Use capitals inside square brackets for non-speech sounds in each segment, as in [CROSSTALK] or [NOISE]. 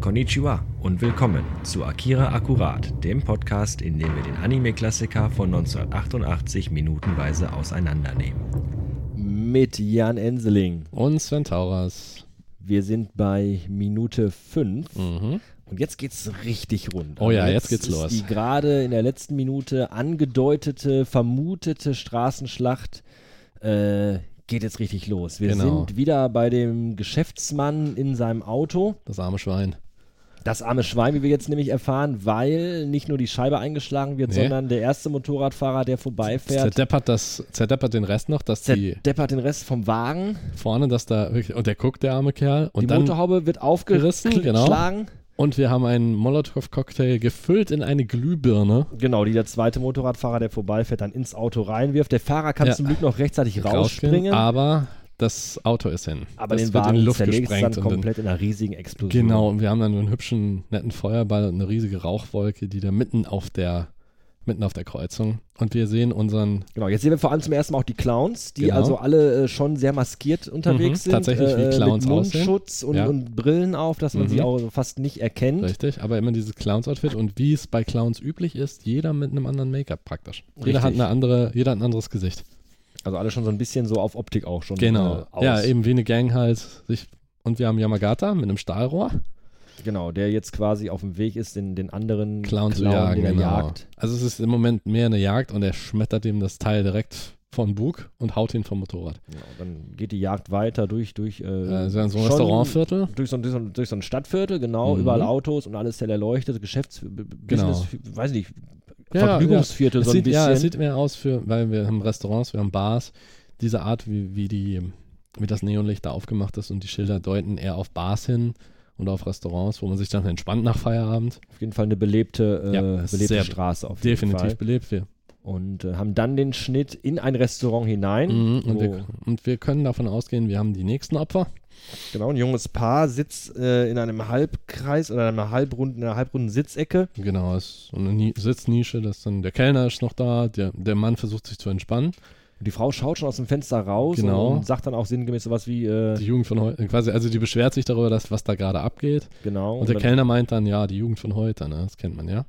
Konnichiwa und willkommen zu Akira Akkurat, dem Podcast, in dem wir den Anime-Klassiker von 1988 minutenweise auseinandernehmen. Mit Jan Enseling. Und Sven Tauras. Wir sind bei Minute 5 Mhm. und jetzt geht's richtig rund. Oh ja, Also jetzt geht's ist los. Die gerade in der letzten Minute angedeutete, vermutete Straßenschlacht äh, geht jetzt richtig los. Wir Genau. sind wieder bei dem Geschäftsmann in seinem Auto. Das arme Schwein. Das arme Schwein, wie wir jetzt nämlich erfahren, weil nicht nur die Scheibe eingeschlagen wird, Nee. sondern der erste Motorradfahrer, der vorbeifährt, Zerdeppert, das, zerdeppert den Rest noch, dass die zerdeppert den Rest vom Wagen. vorne, dass da wirklich. Und der guckt, der arme Kerl. Und Die dann. Motorhaube wird Gerissen, aufgerissen, genau. geschlagen. Und wir haben einen Molotow-Cocktail gefüllt in eine Glühbirne. Genau, die der zweite Motorradfahrer, der vorbeifährt, dann ins Auto reinwirft. Der Fahrer kann Ja. zum Glück noch rechtzeitig Rausgehen, rausspringen, Aber das Auto ist hin. aber das den wird in die Wagen Luft zerlegt es gesprengt. dann und dann- komplett in einer riesigen Explosion. Genau, und wir haben dann so einen hübschen, netten Feuerball und eine riesige Rauchwolke, die da mitten auf der, mitten auf der Kreuzung. Und wir sehen unseren, Genau, jetzt sehen wir vor allem zum ersten Mal auch die Clowns, die Genau. also alle äh, schon sehr maskiert unterwegs Mhm, sind. tatsächlich wie äh, Clowns mit aussehen. Mundschutz und, Ja. und Brillen auf, dass man sie Mhm. auch fast nicht erkennt. richtig, aber immer dieses Clowns-Outfit. Und wie es bei Clowns üblich ist, jeder mit einem anderen Make-up praktisch. Jeder hat, Richtig. eine andere, jeder hat ein anderes Gesicht. Also alle schon so ein bisschen so auf Optik auch schon. Äh, Genau. aus. ja, eben wie eine Gang halt. Sich, und wir haben Yamagata mit einem Stahlrohr. Genau, der jetzt quasi auf dem Weg ist, den, den anderen Clown, zu den jagen. er Genau. jagt. Also es ist im Moment mehr eine Jagd und er schmettert ihm das Teil direkt von Bug und haut ihn vom Motorrad. Genau, dann geht die Jagd weiter durch, durch, äh, Also in so ein schon Restaurantviertel. Durch so, ein- durch, so, ein- durch so ein Stadtviertel, genau, Mhm. überall Autos und alles hell erleuchtet, Geschäfts-, B- B- Genau. Business, weiß nicht, Ja, ja. Vergnügungsviertel Es so ein sieht, bisschen. ja, es sieht mehr aus für, weil wir haben Restaurants, wir haben Bars, diese Art, wie, wie die, wie das Neonlicht da aufgemacht ist und die Schilder deuten eher auf Bars hin und auf Restaurants, wo man sich dann entspannt nach Feierabend. auf jeden Fall eine belebte, äh, Ja, es ist belebte sehr Straße auf jeden Definitiv Fall. belebt wir. Und äh, haben dann den Schnitt in ein Restaurant hinein. Mhm, und, wo- wir. und wir können davon ausgehen, wir haben die nächsten Opfer. Genau, ein junges Paar sitzt äh, in einem Halbkreis oder einer halbrunden, in einer halbrunden Sitzecke. Genau, ist so eine Ni Sitznische, das dann der Kellner ist noch da, der, der Mann versucht sich zu entspannen. Und die Frau schaut schon aus dem Fenster raus Genau. und, und sagt dann auch sinngemäß sowas wie, äh, Die Jugend von heute, quasi, also die beschwert sich darüber, dass, was da gerade abgeht. genau. Und der dann- Kellner meint dann, ja, die Jugend von heute, ne? Das kennt man ja.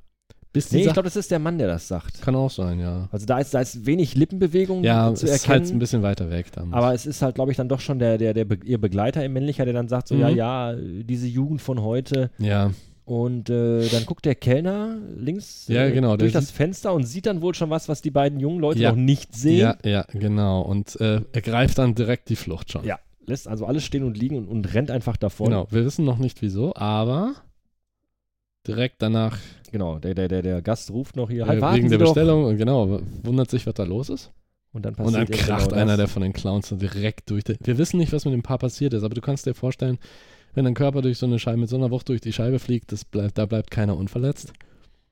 Bis die nee, ich Sache- glaube, das ist der Mann, der das sagt. kann auch sein, ja. Also da ist, da ist wenig Lippenbewegung Ja, um zu ist erkennen. halt ein bisschen weiter weg dann. aber es ist halt, glaube ich, dann doch schon der, der, der Be ihr Begleiter, ihr männlicher, der dann sagt so, Mhm. ja, ja, diese Jugend von heute. ja, Und äh, dann guckt der Kellner links Ja, äh, genau, der durch das sieht- Fenster und sieht dann wohl schon was, was die beiden jungen Leute Ja. noch nicht sehen. ja, ja, genau. Und äh, ergreift dann direkt die Flucht schon. Ja. Lässt also alles stehen und liegen und, und rennt einfach davon. Genau, wir wissen noch nicht wieso, aber direkt danach Genau, der, der, der, der Gast ruft noch hier, halt äh, warten wegen Sie der doch. Bestellung, und genau, wundert sich, was da los ist. Und dann Und passiert dann eben genau kracht das. einer der von den Clowns so direkt durch. Die, wir wissen nicht, was mit dem Paar passiert ist, aber du kannst dir vorstellen, wenn dein Körper durch so eine Scheibe mit so einer Wucht durch die Scheibe fliegt, das bleibt, da bleibt keiner unverletzt.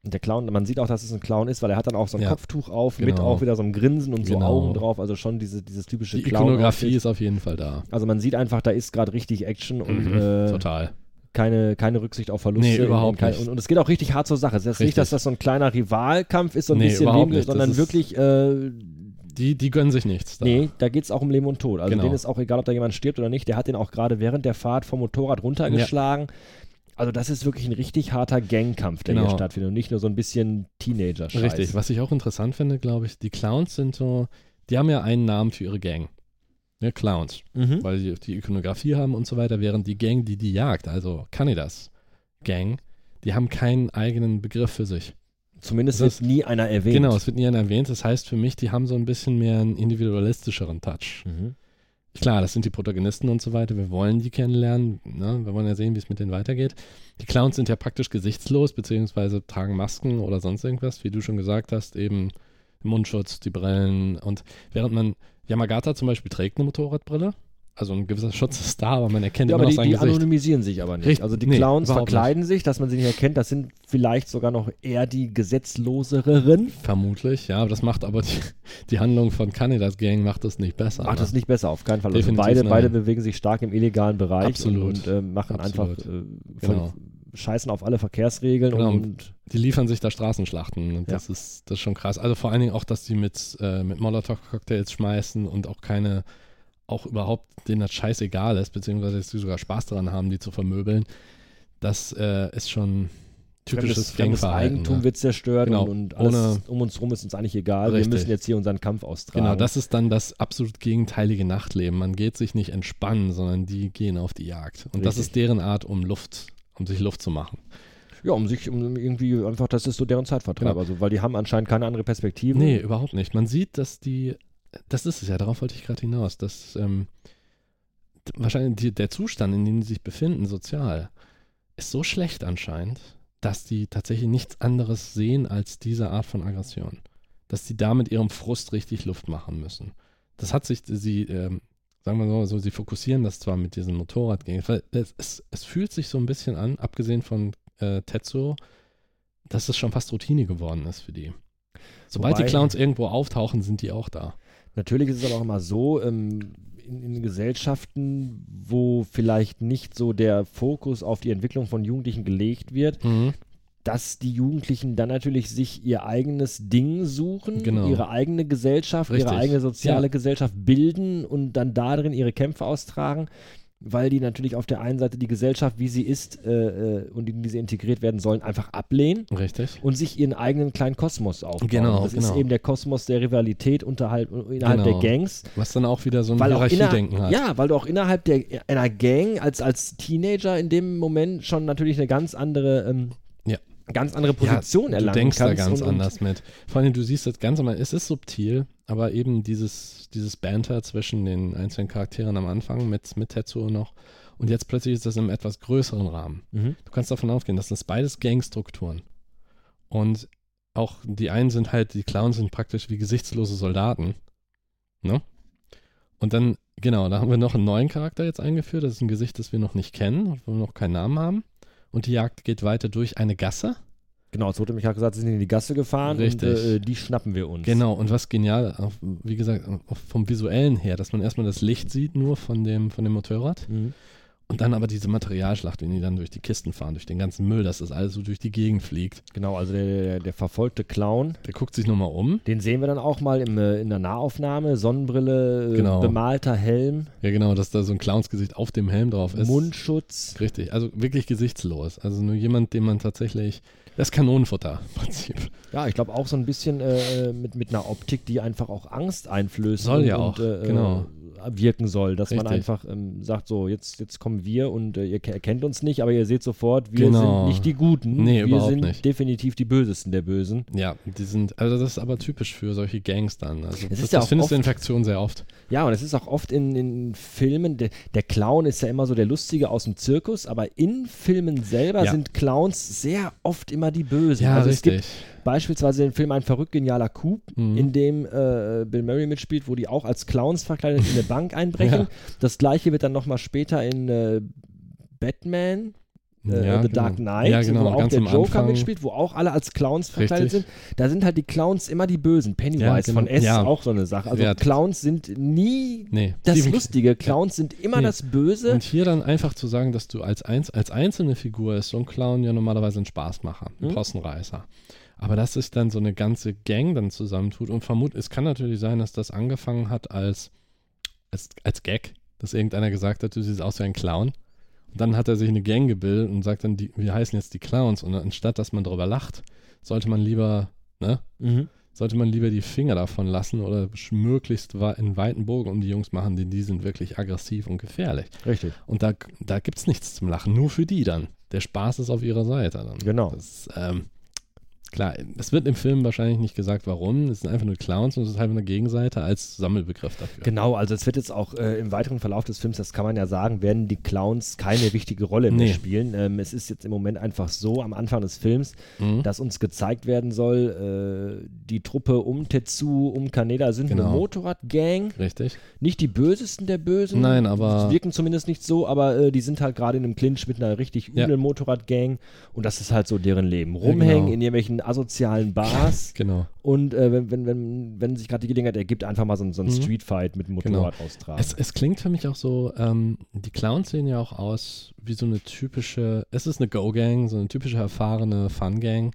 Und der Clown, man sieht auch, dass es ein Clown ist, weil er hat dann auch so ein Ja. Kopftuch auf, mit Genau. auch wieder so einem Grinsen und so Genau. Augen drauf, also schon diese, dieses typische Die Clown. Ikonografie ist auf jeden Fall da. Also man sieht einfach, da ist gerade richtig Action und Mhm, äh, Total. keine, keine Rücksicht auf Verluste. Nee, in- in überhaupt kein, nicht. Und, und es geht auch richtig hart zur Sache. Es ist Richtig. nicht, dass das so ein kleiner Rivalkampf ist, so ein Nee, bisschen überhaupt Leben, nicht. Das sondern ist- wirklich, äh, Die, die gönnen sich nichts. Da. nee, da geht es auch um Leben und Tod. Also Genau. denen ist auch egal, ob da jemand stirbt oder nicht. Der hat den auch gerade während der Fahrt vom Motorrad runtergeschlagen. Also das ist wirklich ein richtig harter Gangkampf, der hier Genau. stattfindet und nicht nur so ein bisschen Teenager-Scheiß. Richtig. Was ich auch interessant finde, glaube ich, die Clowns sind so, die haben ja einen Namen für ihre Gang. Ja, Clowns, Mhm. weil sie die Ikonografie haben und so weiter, während die Gang, die die jagt, also Canidas Gang, die haben keinen eigenen Begriff für sich. Zumindest Das- wird nie einer erwähnt. Genau, es wird nie einer erwähnt. Das heißt für mich, die haben so ein bisschen mehr einen individualistischeren Touch. Mhm. Klar, das sind die Protagonisten und so weiter. Wir wollen die kennenlernen. Ne? Wir wollen ja sehen, wie es mit denen weitergeht. Die Clowns sind ja praktisch gesichtslos, beziehungsweise tragen Masken oder sonst irgendwas, wie du schon gesagt hast, eben Mundschutz, die Brillen. Und während man Yamagata zum Beispiel trägt eine Motorradbrille, also ein gewisser Schutz ist da, aber man erkennt Ja, aber immer noch die, sein die Gesicht. anonymisieren sich aber nicht. Richtig, Also die nee, Clowns überhaupt verkleiden sich, dass man sie nicht erkennt. Das sind vielleicht sogar noch eher die gesetzlosereren. Vermutlich, ja. Das macht aber die, die Handlung von Kanidas Gang macht das nicht besser. Macht ne? es nicht besser, auf keinen Fall. Also Definitiv beide, nein. beide bewegen sich stark im illegalen Bereich und, und Absolut. äh, machen Absolut. einfach, äh, Genau. von, scheißen auf alle Verkehrsregeln Genau. und die liefern sich da Straßenschlachten. Und Ja. das, ist, das ist schon krass. Also vor allen Dingen auch, dass die mit, äh, mit Molotow-Cocktails schmeißen und auch keine, auch überhaupt denen das scheißegal ist, beziehungsweise dass die sogar Spaß daran haben, die zu vermöbeln. Das äh, ist schon Fremdes, typisches fremdes Gangverhalten. Eigentum ne? wird zerstört Genau, und, und alles ohne- um uns rum ist uns eigentlich egal. Richtig. Wir müssen jetzt hier unseren Kampf austragen. Genau, das ist dann das absolut gegenteilige Nachtleben. Man geht sich nicht entspannen, sondern die gehen auf die Jagd. Und das Richtig. ist deren Art, um Luft, um sich Luft zu machen. ja, um sich um irgendwie einfach, das ist so deren Zeitvertreib. Genau. Also, weil die haben anscheinend keine andere Perspektive. Nee, überhaupt nicht. Man sieht, dass die, das ist es ja, darauf wollte ich gerade hinaus, dass ähm, d- wahrscheinlich die, der Zustand, in dem sie sich befinden, sozial, ist so schlecht anscheinend, dass die tatsächlich nichts anderes sehen als diese Art von Aggression. Dass sie damit ihrem Frust richtig Luft machen müssen. Das hat sich, sie, ähm, sagen wir mal so, sie fokussieren das zwar mit diesem Motorradgang, weil es, es, es fühlt sich so ein bisschen an, abgesehen von äh, Tetsuo, dass es schon fast Routine geworden ist für die. Sobald Wobei- die Clowns irgendwo auftauchen, sind die auch da. Natürlich ist es aber auch immer so, ähm, in, in Gesellschaften, wo vielleicht nicht so der Fokus auf die Entwicklung von Jugendlichen gelegt wird, dass die Jugendlichen dann natürlich sich ihr eigenes Ding suchen, Genau. ihre eigene Gesellschaft, ihre Richtig. eigene soziale Ja. Gesellschaft bilden und dann darin ihre Kämpfe austragen, weil die natürlich auf der einen Seite die Gesellschaft, wie sie ist äh, äh, und in die sie integriert werden sollen, einfach ablehnen Richtig. und sich ihren eigenen kleinen Kosmos aufbauen. Genau, das ist genau. eben der Kosmos der Rivalität unterhalb, innerhalb Genau. der Gangs. Was dann auch wieder so ein Weil auch inner- Hierarchiedenken hat. Ja, weil du auch innerhalb der, einer Gang als, als Teenager in dem Moment schon natürlich eine ganz andere, ähm, Ja. ganz andere Position du erlangen denkst da kannst. ganz und, anders mit. Vor allem, du siehst das ganz am Anfang, es ist subtil, aber eben dieses, dieses Banter zwischen den einzelnen Charakteren am Anfang mit, mit Tetsuo noch und jetzt plötzlich ist das im etwas größeren Rahmen. Und, mhm. Du kannst davon ausgehen, das sind beides Gangstrukturen. Und auch die einen sind halt, die Clowns sind praktisch wie gesichtslose Soldaten. Ne? Und dann, genau, da haben wir noch einen neuen Charakter jetzt eingeführt. Das ist ein Gesicht, das wir noch nicht kennen, wo wir noch keinen Namen haben. Und die Jagd geht weiter durch eine Gasse. Genau, es wurde mich gerade gesagt, sie sind in die Gasse gefahren und Richtig. äh, die schnappen wir uns. Genau, und was genial, auch, wie gesagt, auch vom Visuellen her, dass man erstmal das Licht sieht, nur von dem, von dem Motorrad. Mhm. Und dann aber diese Materialschlacht, wenn die dann durch die Kisten fahren, durch den ganzen Müll, dass das alles so durch die Gegend fliegt. Genau, also der, der, der verfolgte Clown, Der guckt sich nochmal um. den sehen wir dann auch mal im, äh, in der Nahaufnahme, Sonnenbrille, äh, Genau. bemalter Helm, Ja, genau, dass da so ein Clownsgesicht auf dem Helm drauf ist. Mundschutz. Richtig, also wirklich gesichtslos. Also nur jemand, den man tatsächlich. Das ist Kanonenfutter [LAUGHS] im Prinzip. Ja, ich glaube auch so ein bisschen äh, mit, mit einer Optik, die einfach auch Angst einflößt Soll und, ja und auch, äh, genau. äh, wirken soll, dass man Richtig. einfach ähm, sagt, so jetzt, jetzt kommen wir und äh, ihr ke- erkennt uns nicht, aber ihr seht sofort, wir Genau. sind nicht die Guten, Nee, wir überhaupt sind nicht. definitiv die Bösesten der Bösen. Ja, die sind. Also das ist aber typisch für solche Gangs dann. Also Es das, ist ja das auch findest du in oft- Faktionen sehr oft. Ja, und es ist auch oft in, in Filmen, der, der Clown ist ja immer so der Lustige aus dem Zirkus, aber in Filmen selber Ja. sind Clowns sehr oft immer die Bösen. Ja, also es gibt richtig. Beispielsweise den Film Ein verrückt genialer Coup, Mhm. in dem äh, Bill Murray mitspielt, wo die auch als Clowns verkleidet in eine Bank einbrechen. [LAUGHS] Ja. Das gleiche wird dann nochmal später in äh, Batman, äh, ja, The genau. Dark Knight, ja, genau. wo auch ganz der am Joker Anfang. mitspielt, wo auch alle als Clowns verkleidet Richtig. sind. Da sind halt die Clowns immer die Bösen. Pennywise Ja, genau. von S Ja. auch so eine Sache. Also Ja. Clowns sind nie Nee, das Stephen- Lustige. Clowns sind immer Nee. das Böse. Und hier dann einfach zu sagen, dass du als, einz als einzelne Figur ist so ein Clown ja normalerweise ein Spaßmacher, ein Mhm. Possenreißer. Aber dass sich dann so eine ganze Gang dann zusammentut und vermutlich, es kann natürlich sein, dass das angefangen hat als, als, als Gag, dass irgendeiner gesagt hat, du siehst aus wie ein Clown. Und dann hat er sich eine Gang gebildet und sagt dann, die, wir heißen jetzt die Clowns. Und anstatt, dass man darüber lacht, sollte man lieber, ne, Mhm. sollte man lieber die Finger davon lassen oder sch- möglichst wa- in weiten Bogen um die Jungs machen, denn die sind wirklich aggressiv und gefährlich. Richtig. Und da, da gibt es nichts zum Lachen, nur für die dann. Der Spaß ist auf ihrer Seite dann. Genau. Das, ähm, klar, es wird im Film wahrscheinlich nicht gesagt, warum. Es sind einfach nur Clowns und es ist halt eine Gegenseite als Sammelbegriff dafür. Genau, also es wird jetzt auch äh, im weiteren Verlauf des Films, das kann man ja sagen, werden die Clowns keine wichtige Rolle mehr Nee. spielen. Ähm, es ist jetzt im Moment einfach so am Anfang des Films, Mhm. dass uns gezeigt werden soll, äh, die Truppe um Tetsu, um Kaneda sind Genau. eine Motorradgang. Richtig? Nicht die bösesten der Bösen. Nein, aber- Sie wirken zumindest nicht so, aber äh, die sind halt gerade in einem Clinch mit einer richtig Ja. üblen Motorradgang. Und das ist halt so deren Leben. Rumhängen genau. in irgendwelchen asozialen Bars. Genau. Und äh, wenn, wenn, wenn, wenn sich gerade die Gelegenheit ergibt, einfach mal so, ein- so ein Mhm. Streetfight mit dem Genau. Motorrad austragen. Es, es klingt für mich auch so, ähm, die Clowns sehen ja auch aus wie so eine typische, es ist eine Go-Gang, so eine typische erfahrene Fun-Gang,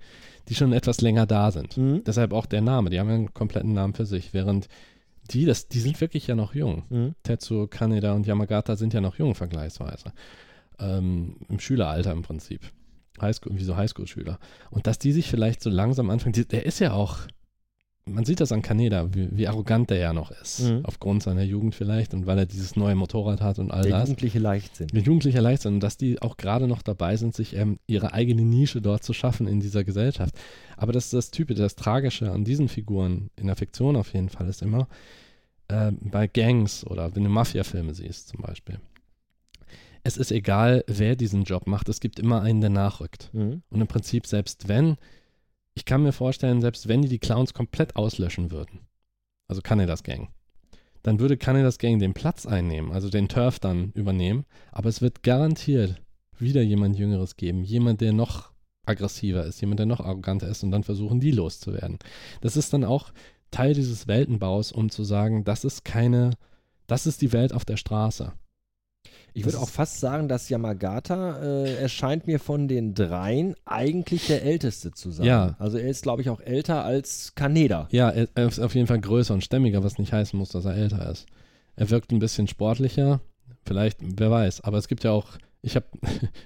die schon etwas länger da sind. Mhm. Deshalb auch der Name, die haben ja einen kompletten Namen für sich, während die, das, die sind wirklich ja noch jung. Mhm. Tetsuo, Kaneda und Yamagata sind ja noch jung vergleichsweise. ähm, im Schüleralter im Prinzip. Highschool, wie so Highschool-Schüler. Und dass die sich vielleicht so langsam anfangen, die, der ist ja auch, man sieht das an Kaneda, wie, wie arrogant der ja noch ist, Mhm. aufgrund seiner Jugend vielleicht und weil er dieses neue Motorrad hat und all Der das. jugendliche Leichtsinn. Mit jugendlicher Leistung, und dass die auch gerade noch dabei sind, sich ähm, ihre eigene Nische dort zu schaffen in dieser Gesellschaft. Aber das ist das Typische, das Tragische an diesen Figuren in der Fiktion auf jeden Fall ist immer, ähm, bei Gangs oder wenn du Mafia-Filme siehst zum Beispiel. Es ist egal, wer diesen Job macht, es gibt immer einen, der nachrückt. Mhm. Und im Prinzip, selbst wenn, ich kann mir vorstellen, selbst wenn die die Clowns komplett auslöschen würden, also Kanadas Gang, dann würde Kanadas Gang den Platz einnehmen, also den Turf dann übernehmen. Aber es wird garantiert wieder jemand Jüngeres geben, jemand, der noch aggressiver ist, jemand, der noch arroganter ist und dann versuchen, die loszuwerden. Das ist dann auch Teil dieses Weltenbaus, um zu sagen, das ist keine, das ist die Welt auf der Straße. Ich Das würde ist- auch fast sagen, dass Yamagata äh, erscheint mir von den dreien eigentlich der älteste zu sein. Ja. Also er ist, glaube ich, auch älter als Kaneda. Ja, er er ist auf jeden Fall größer und stämmiger, was nicht heißen muss, dass er älter ist. Er wirkt ein bisschen sportlicher, vielleicht, wer weiß. Aber es gibt ja auch, ich habe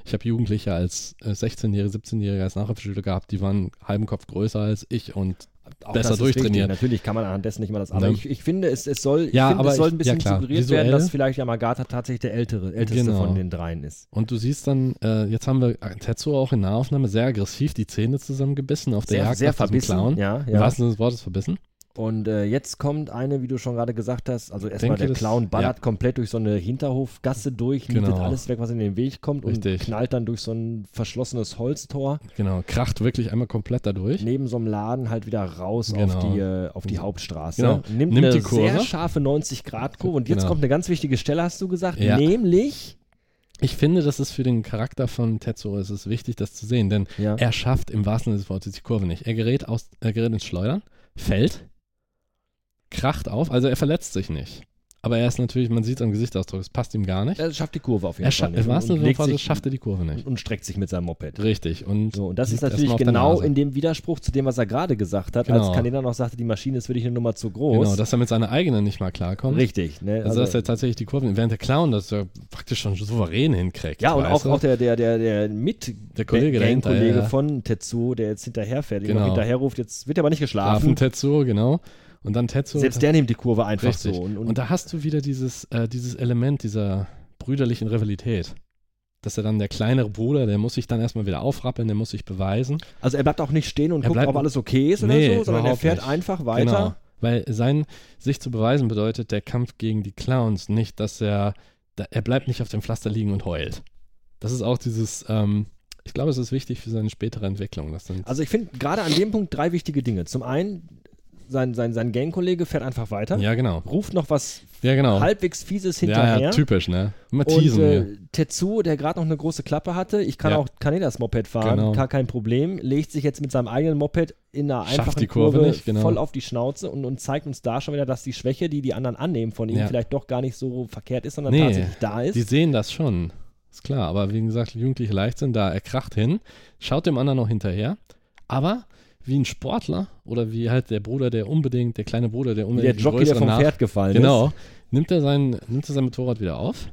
ich hab [LAUGHS] Jugendliche als äh, 16-Jährige, 17-Jährige als Nachhilfeschüler gehabt, die waren einen halben Kopf größer als ich und Auch Besser das ist durchtrainiert. richtig. Natürlich kann man anhand dessen nicht mal das. Aber Ja. ich, ich finde, es, es soll, ich Ja, finde, aber es soll ein ich- bisschen ja, klar. suggeriert werden, Visuell. dass vielleicht Yamagata tatsächlich der ältere, älteste Genau. von den dreien ist. und du siehst dann, äh, jetzt haben wir Tetsuo auch in Nahaufnahme sehr aggressiv die Zähne zusammengebissen auf der Jagd nach diesem Clown. Ja, Im ja. wahrsten Sinne des Wortes verbissen. Und äh, jetzt kommt eine, wie du schon gerade gesagt hast, also erstmal Denke, der das- Clown ballert komplett durch so eine Hinterhofgasse durch, mietet Genau. alles weg, was in den Weg kommt Richtig. und knallt dann durch so ein verschlossenes Holztor Genau, kracht wirklich einmal komplett dadurch. neben so einem Laden halt wieder raus auf, Genau. die, äh, auf die Hauptstraße. Genau. Nimmt, Nimmt eine die Kurve. sehr scharfe 90-Grad-Kurve und jetzt Genau. kommt eine ganz wichtige Stelle, hast du gesagt, Ja. nämlich Ich finde, das ist für den Charakter von Tetsuo ist es wichtig, das zu sehen, denn ja. Er schafft im wahrsten Sinne des Wortes die Kurve nicht. Er gerät, aus, er gerät ins Schleudern, fällt, kracht auf, also er verletzt sich nicht. Aber er ist natürlich, man sieht es am Gesichtsausdruck, es passt ihm gar nicht. Er schafft die Kurve auf jeden Er Fall. scha nicht Im wahrsten und Sinne des legt Wortes sich schafft er die Kurve nicht. und streckt sich mit seinem Moped. Richtig. Und, So, und das ist liegt erst natürlich mal auf der genau Nase. in dem Widerspruch zu dem, was er gerade gesagt hat, Genau. als Kaneda noch sagte, die Maschine ist für dich eine Nummer zu groß. Genau, dass er mit seiner eigenen nicht mal klarkommt. Richtig. Ne? Also, dass er tatsächlich die Kurve, während der Clown das ja praktisch schon souverän hinkriegt. ja, und weißt auch, du? auch der, der, der, der mit Der Kollege äh, dahinter, Kollege ja. von Tetsuo, der jetzt hinterherfährt, genau. Genau. noch hinterherruft, jetzt wird er aber nicht geschlafen. Affen Tetsuo, genau. Und dann Tetsuo. Selbst der nimmt die Kurve einfach Richtig. so. Und, und, Und da hast du wieder dieses, äh, dieses Element dieser brüderlichen Rivalität. Dass er dann der kleinere Bruder, der muss sich dann erstmal wieder aufrappeln, der muss sich beweisen. also er bleibt auch nicht stehen und Er guckt, bleibt- ob alles okay ist oder Nee, so, sondern er überhaupt fährt nicht. Genau. einfach weiter. Weil sein sich zu beweisen bedeutet der Kampf gegen die Clowns, nicht, dass er, da, er bleibt nicht auf dem Pflaster liegen und heult. Das ist auch dieses, ähm, ich glaube, es ist wichtig für seine spätere Entwicklung. Dass dann, Also ich finde gerade an dem Punkt drei wichtige Dinge. Zum einen, sein, sein, sein Gangkollege fährt einfach weiter, ja, genau. ruft noch was Ja, genau. halbwegs Fieses ja, hinterher. ja, typisch, ne? Immer Und teasen äh, hier. Tetsuo, der gerade noch eine große Klappe hatte, ich kann Ja. auch Kanedas Moped fahren, Genau. gar kein Problem, legt sich jetzt mit seinem eigenen Moped in einer Schafft einfachen die Kurve nicht, genau. voll auf die Schnauze und, und zeigt uns da schon wieder, dass die Schwäche, die die anderen annehmen von ihm, Ja. vielleicht doch gar nicht so verkehrt ist, sondern Nee. tatsächlich da ist. Die sehen das schon. Ist klar, aber wie gesagt, Jugendliche Leichtsinn, da er kracht hin, schaut dem anderen noch hinterher, aber wie ein Sportler oder wie halt der Bruder, der unbedingt, der kleine Bruder, der Wie unbedingt der den Jockey, der größeren vom nach- Pferd gefallen Genau. Nimmt er, sein, nimmt er sein Motorrad wieder auf,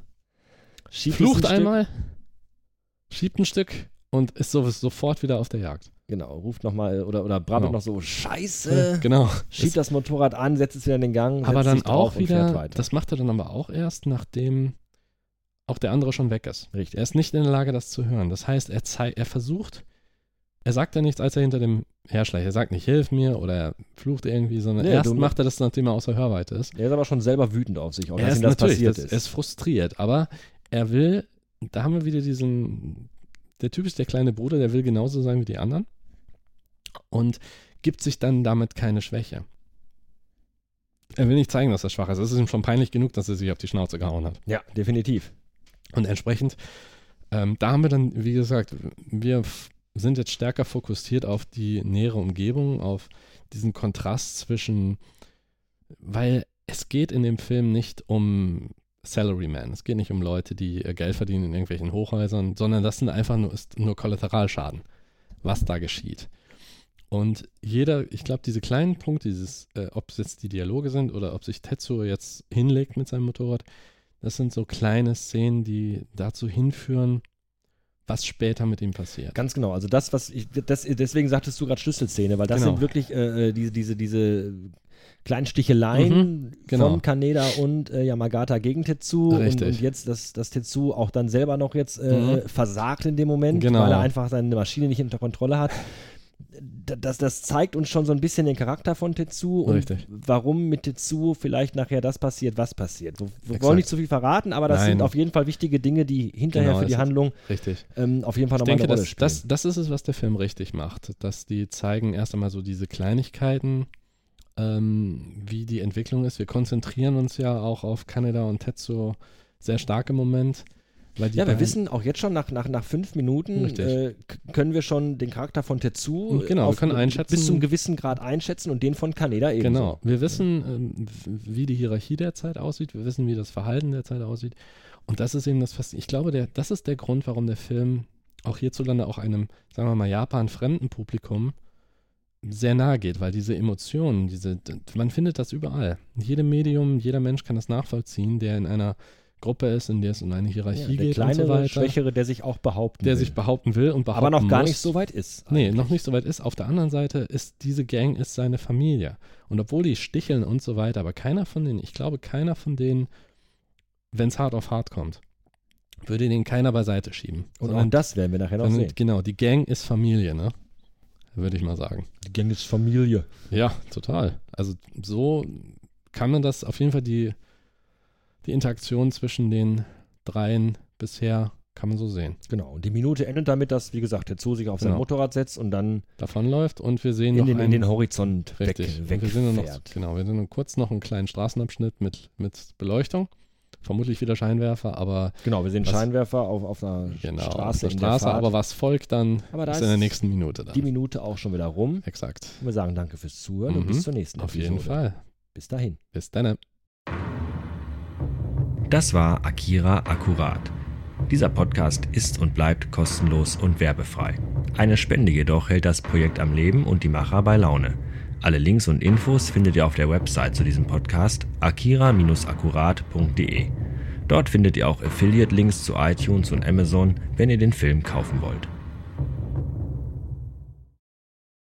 ist. schiebt es flucht ein Stück- einmal, schiebt ein Stück und ist so, sofort wieder auf der Jagd. Genau, ruft nochmal oder, oder brabbelt Genau. noch so, scheiße, [LAUGHS] genau. schiebt Das- das Motorrad an, setzt es wieder in den Gang, aber setzt dann sich drauf auch und fährt wieder, weiter. das macht er dann aber auch erst, nachdem auch der andere schon weg ist. Richtig. Er ist nicht in der Lage, das zu hören. Das heißt, er, zei- er versucht, er sagt ja nichts, als er hinter dem herschleicht. Er sagt nicht, hilf mir oder er flucht irgendwie, sondern Nee, erst du- macht er das, nachdem er außer Hörweite ist. Er ist aber schon selber wütend auf sich, auch er dass ihm das passiert das- ist. Er ist frustriert, aber er will, da haben wir wieder diesen, der Typ ist der kleine Bruder, der will genauso sein wie die anderen und gibt sich dann damit keine Schwäche. Er will nicht zeigen, dass er schwach ist. Es ist ihm schon peinlich genug, dass er sich auf die Schnauze gehauen hat. ja, definitiv. Und entsprechend, ähm, da haben wir dann, wie gesagt, wir f- sind jetzt stärker fokussiert auf die nähere Umgebung, auf diesen Kontrast zwischen, weil es geht in dem Film nicht um Salaryman, es geht nicht um Leute, die äh, Geld verdienen in irgendwelchen Hochhäusern, sondern das sind einfach nur, ist nur Kollateralschaden, was da geschieht. Und jeder, ich glaube, diese kleinen Punkte, dieses, äh, ob es jetzt die Dialoge sind oder ob sich Tetsuo jetzt hinlegt mit seinem Motorrad, das sind so kleine Szenen, die dazu hinführen, was später mit ihm passiert. Ganz genau. Also das, was ich, das, deswegen sagtest du gerade Schlüsselszene, weil das Genau. sind wirklich äh, diese, diese, diese kleinen Sticheleien Mhm, genau. von Kaneda und äh, Yamagata gegen Tetsu. Und, Richtig. Mhm. und jetzt, dass, dass Tetsu auch dann selber noch jetzt äh, versagt in dem Moment, Genau. weil er einfach seine Maschine nicht unter Kontrolle hat. D- Das, das zeigt uns schon so ein bisschen den Charakter von Tetsu und Richtig. warum mit Tetsu vielleicht nachher das passiert, was passiert. Wir wir wollen Exakt. nicht zu viel verraten, aber das Nein. sind auf jeden Fall wichtige Dinge, die hinterher Genau, für die es- Handlung Richtig. ähm, auf jeden Fall nochmal Ich eine denke, Rolle das, spielen. das, das ist es, was der Film richtig macht. Dass die zeigen erst einmal so diese Kleinigkeiten, ähm, wie die Entwicklung ist. Wir konzentrieren uns ja auch auf Kaneda und Tetsuo sehr stark im Moment. Weil die ja, wir beiden- wissen auch jetzt schon, nach, nach, nach fünf Minuten Richtig. äh, k- können wir schon den Charakter von Tetsu äh, Genau, wir können einschätzen- bis zu einem gewissen Grad einschätzen und den von Kaneda eben. Genau. Wir wissen, ähm, w- wie die Hierarchie derzeit aussieht. Wir wissen, wie das Verhalten derzeit aussieht. Und das ist eben das Fast. Ich glaube, der, das ist der Grund, warum der Film auch hierzulande auch einem, sagen wir mal, Japan-fremden Publikum sehr nahe geht, weil diese Emotionen, diese, d- man findet das überall. In jedem Medium, jeder Mensch kann das nachvollziehen, der in einer Gruppe ist, in der es um eine Ja, Hierarchie der geht und kleinere, so weiter, Schwächere, der sich auch behaupten der will. sich behaupten will und behaupten aber noch gar muss. nicht so weit ist. Nee, noch nicht so weit ist. Auf der anderen Seite ist diese Gang ist seine Familie. Und obwohl die sticheln und so weiter, aber keiner von denen, ich glaube, keiner von denen, wenn es hart auf hart kommt, würde den keiner beiseite schieben. Und auch Sondern- das werden wir nachher noch sondern- sehen. Genau, die Gang ist Familie, ne? Würde ich mal sagen. Die Gang ist Familie. Ja, total. Also so kann man das auf jeden Fall die, die Interaktion zwischen den dreien bisher, kann man so sehen. Genau. Und die Minute endet damit, dass, wie gesagt, Tetsu sich auf sein Genau. Motorrad setzt und dann Davonläuft und wir sehen in noch den, einen, in den Horizont weg, Richtig. Und wir sind nur noch, wegfährt. genau, wir sind nur kurz noch einen kleinen Straßenabschnitt mit, mit Beleuchtung. Vermutlich wieder Scheinwerfer, aber Genau, wir sehen Was- Scheinwerfer auf, auf einer genau, auf Straße. der in Straße. Fahrt. aber was folgt dann, Aber da ist in der ist nächsten Minute dann. die Minute auch schon wieder rum. Exakt. Und wir sagen danke fürs Zuhören und Mhm. bis zur nächsten Auf Episode. jeden Fall. Bis dahin. Bis dann. Das war Akira Akkurat. Dieser Podcast ist und bleibt kostenlos und werbefrei. Eine Spende jedoch hält das Projekt am Leben und die Macher bei Laune. Alle Links und Infos findet ihr auf der Website zu diesem Podcast akira-akkurat.de. Dort findet ihr auch Affiliate-Links zu iTunes und Amazon, wenn ihr den Film kaufen wollt.